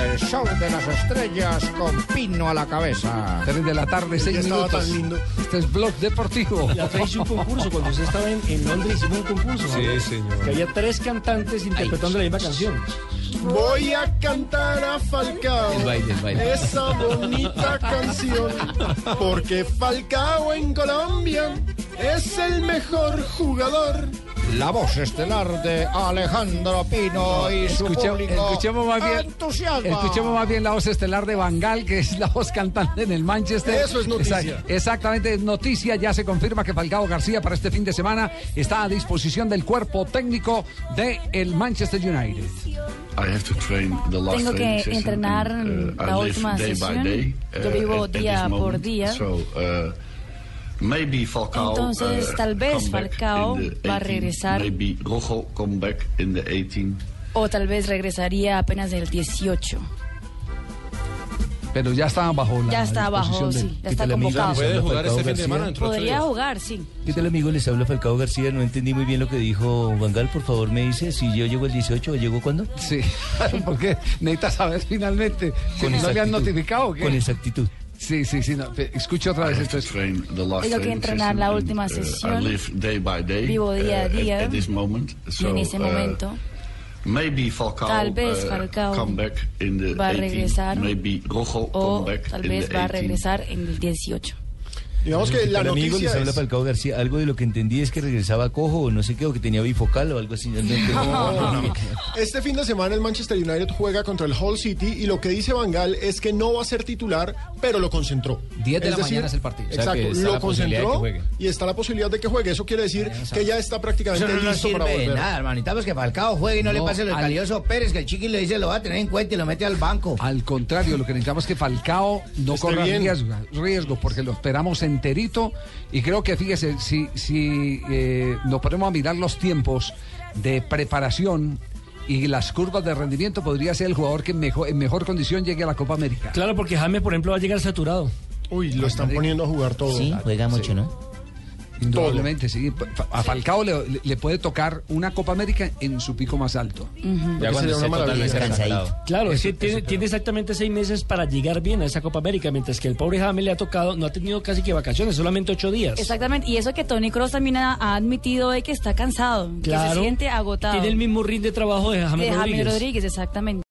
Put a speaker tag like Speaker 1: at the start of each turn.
Speaker 1: El show de las estrellas con pino a la cabeza.
Speaker 2: 3 de la tarde, 6
Speaker 3: estaba
Speaker 2: minutos.
Speaker 3: tan lindo.
Speaker 2: Este es Blog Deportivo.
Speaker 3: La otra hice un concurso, cuando usted estaba en, en Londres hicimos un concurso.
Speaker 2: Sí,
Speaker 3: ¿no?
Speaker 2: señor.
Speaker 3: Que había tres cantantes interpretando la misma canción.
Speaker 4: Voy a cantar a Falcao
Speaker 2: El baile, el baile.
Speaker 4: esa bonita canción, porque Falcao en Colombia es el mejor jugador.
Speaker 1: La voz estelar de Alejandro Pino y su
Speaker 2: Escuche-
Speaker 1: público
Speaker 2: escuchemos más bien-
Speaker 1: entusiasma.
Speaker 2: Escuchemos más bien la voz estelar de Bangal, que es la voz cantante en el Manchester.
Speaker 4: Eso es noticia.
Speaker 2: Exact- exactamente, es noticia. Ya se confirma que Falcao García para este fin de semana está a disposición del cuerpo técnico de el Manchester United.
Speaker 5: Tengo que entrenar
Speaker 6: uh,
Speaker 5: la última sesión. Yo vivo día por día.
Speaker 6: uh, Entonces, tal vez Falcao va a regresar.
Speaker 5: O tal vez regresaría apenas el 18.
Speaker 2: Pero ya está bajo la.
Speaker 5: Ya está bajo,
Speaker 2: disposición de-
Speaker 5: sí. Ya está
Speaker 3: Quítale mil
Speaker 5: convocado.
Speaker 3: ganas.
Speaker 7: Puede jugar este fin de
Speaker 3: García.
Speaker 7: semana dentro de ocho
Speaker 5: Podría
Speaker 7: días.
Speaker 5: jugar, sí.
Speaker 8: ¿Qué tal amigo? Les habla Falcao García, no entendí muy bien lo que dijo Vangal, por favor me dice si yo llego el 18 o llego cuándo.
Speaker 2: Sí, porque necesita saber finalmente si no le
Speaker 8: exactitud.
Speaker 2: han notificado. o qué.
Speaker 8: Con exactitud.
Speaker 2: Sí, sí, sí. no, pe- escuche otra vez esto. es-
Speaker 6: Tengo
Speaker 5: Tengo que entrenar la
Speaker 6: uh,
Speaker 5: última sesión. Vivo día a día. Y en ese momento
Speaker 6: uh, Maybe Falcao,
Speaker 5: Tal vez
Speaker 6: eh,
Speaker 5: Falcao
Speaker 6: come back in the
Speaker 5: va a
Speaker 6: 18.
Speaker 5: regresar.
Speaker 6: Maybe Rojo
Speaker 5: o
Speaker 6: come back
Speaker 5: tal
Speaker 6: in
Speaker 5: vez
Speaker 6: the
Speaker 5: va a
Speaker 6: 18.
Speaker 5: regresar en el 18.
Speaker 4: Digamos que la
Speaker 8: Para amigo
Speaker 4: noticia
Speaker 8: les habla
Speaker 4: es...
Speaker 8: Falcao García, algo de lo que entendí es que regresaba cojo o no sé qué, o que tenía bifocal o algo así. No, entendí.
Speaker 4: Este fin de semana el Manchester United juega contra el Hull City y lo que dice Vangal es que no va a ser titular, pero lo concentró.
Speaker 2: 10 de la mañana es el partido. O sea,
Speaker 4: Exacto,
Speaker 2: que está
Speaker 4: lo
Speaker 2: la posibilidad de que
Speaker 4: concentró
Speaker 2: juegue.
Speaker 4: y está la posibilidad de que juegue. Eso quiere decir que ya está prácticamente listo para volver.
Speaker 1: hermanitamos que Falcao juegue y no,
Speaker 2: No, al-
Speaker 1: Pérez, que el chiqui le dice lo va a tener en cuenta y lo mete al banco.
Speaker 2: Al contrario, lo que necesitamos es que Falcao no
Speaker 4: Esté
Speaker 2: corra
Speaker 4: bien.
Speaker 2: riesgo, riesgo, porque lo esperamos enterito. Y creo que, fíjese, si, si eh, nos ponemos a mirar los tiempos de preparación y las curvas de rendimiento, podría ser el jugador que en mejor, en mejor condición llegue a la Copa América.
Speaker 3: Claro, porque James, por ejemplo, va a llegar saturado.
Speaker 4: Uy, lo están poniendo a jugar todo.
Speaker 8: Sí, juega mucho, ¿no?
Speaker 2: Indudablemente, sí. A Falcao le, le puede tocar una Copa América en su pico más alto.
Speaker 7: Ya cuando
Speaker 4: Sería una
Speaker 7: esté
Speaker 4: maravilla.
Speaker 7: totalmente recuperado.
Speaker 3: Claro, es
Speaker 2: Eso-
Speaker 3: que tiene,
Speaker 2: eso creo.
Speaker 3: tiene exactamente seis meses para llegar bien a esa Copa América, mientras que el pobre James le ha tocado, no ha tenido casi que vacaciones, solamente ocho días.
Speaker 5: Exactamente, y eso que Tony Cross también ha, ha admitido de que está cansado, que se siente agotado.
Speaker 3: Tiene el mismo ritmo de trabajo de James
Speaker 5: de James
Speaker 3: Rodríguez.
Speaker 5: Rodríguez, exactamente.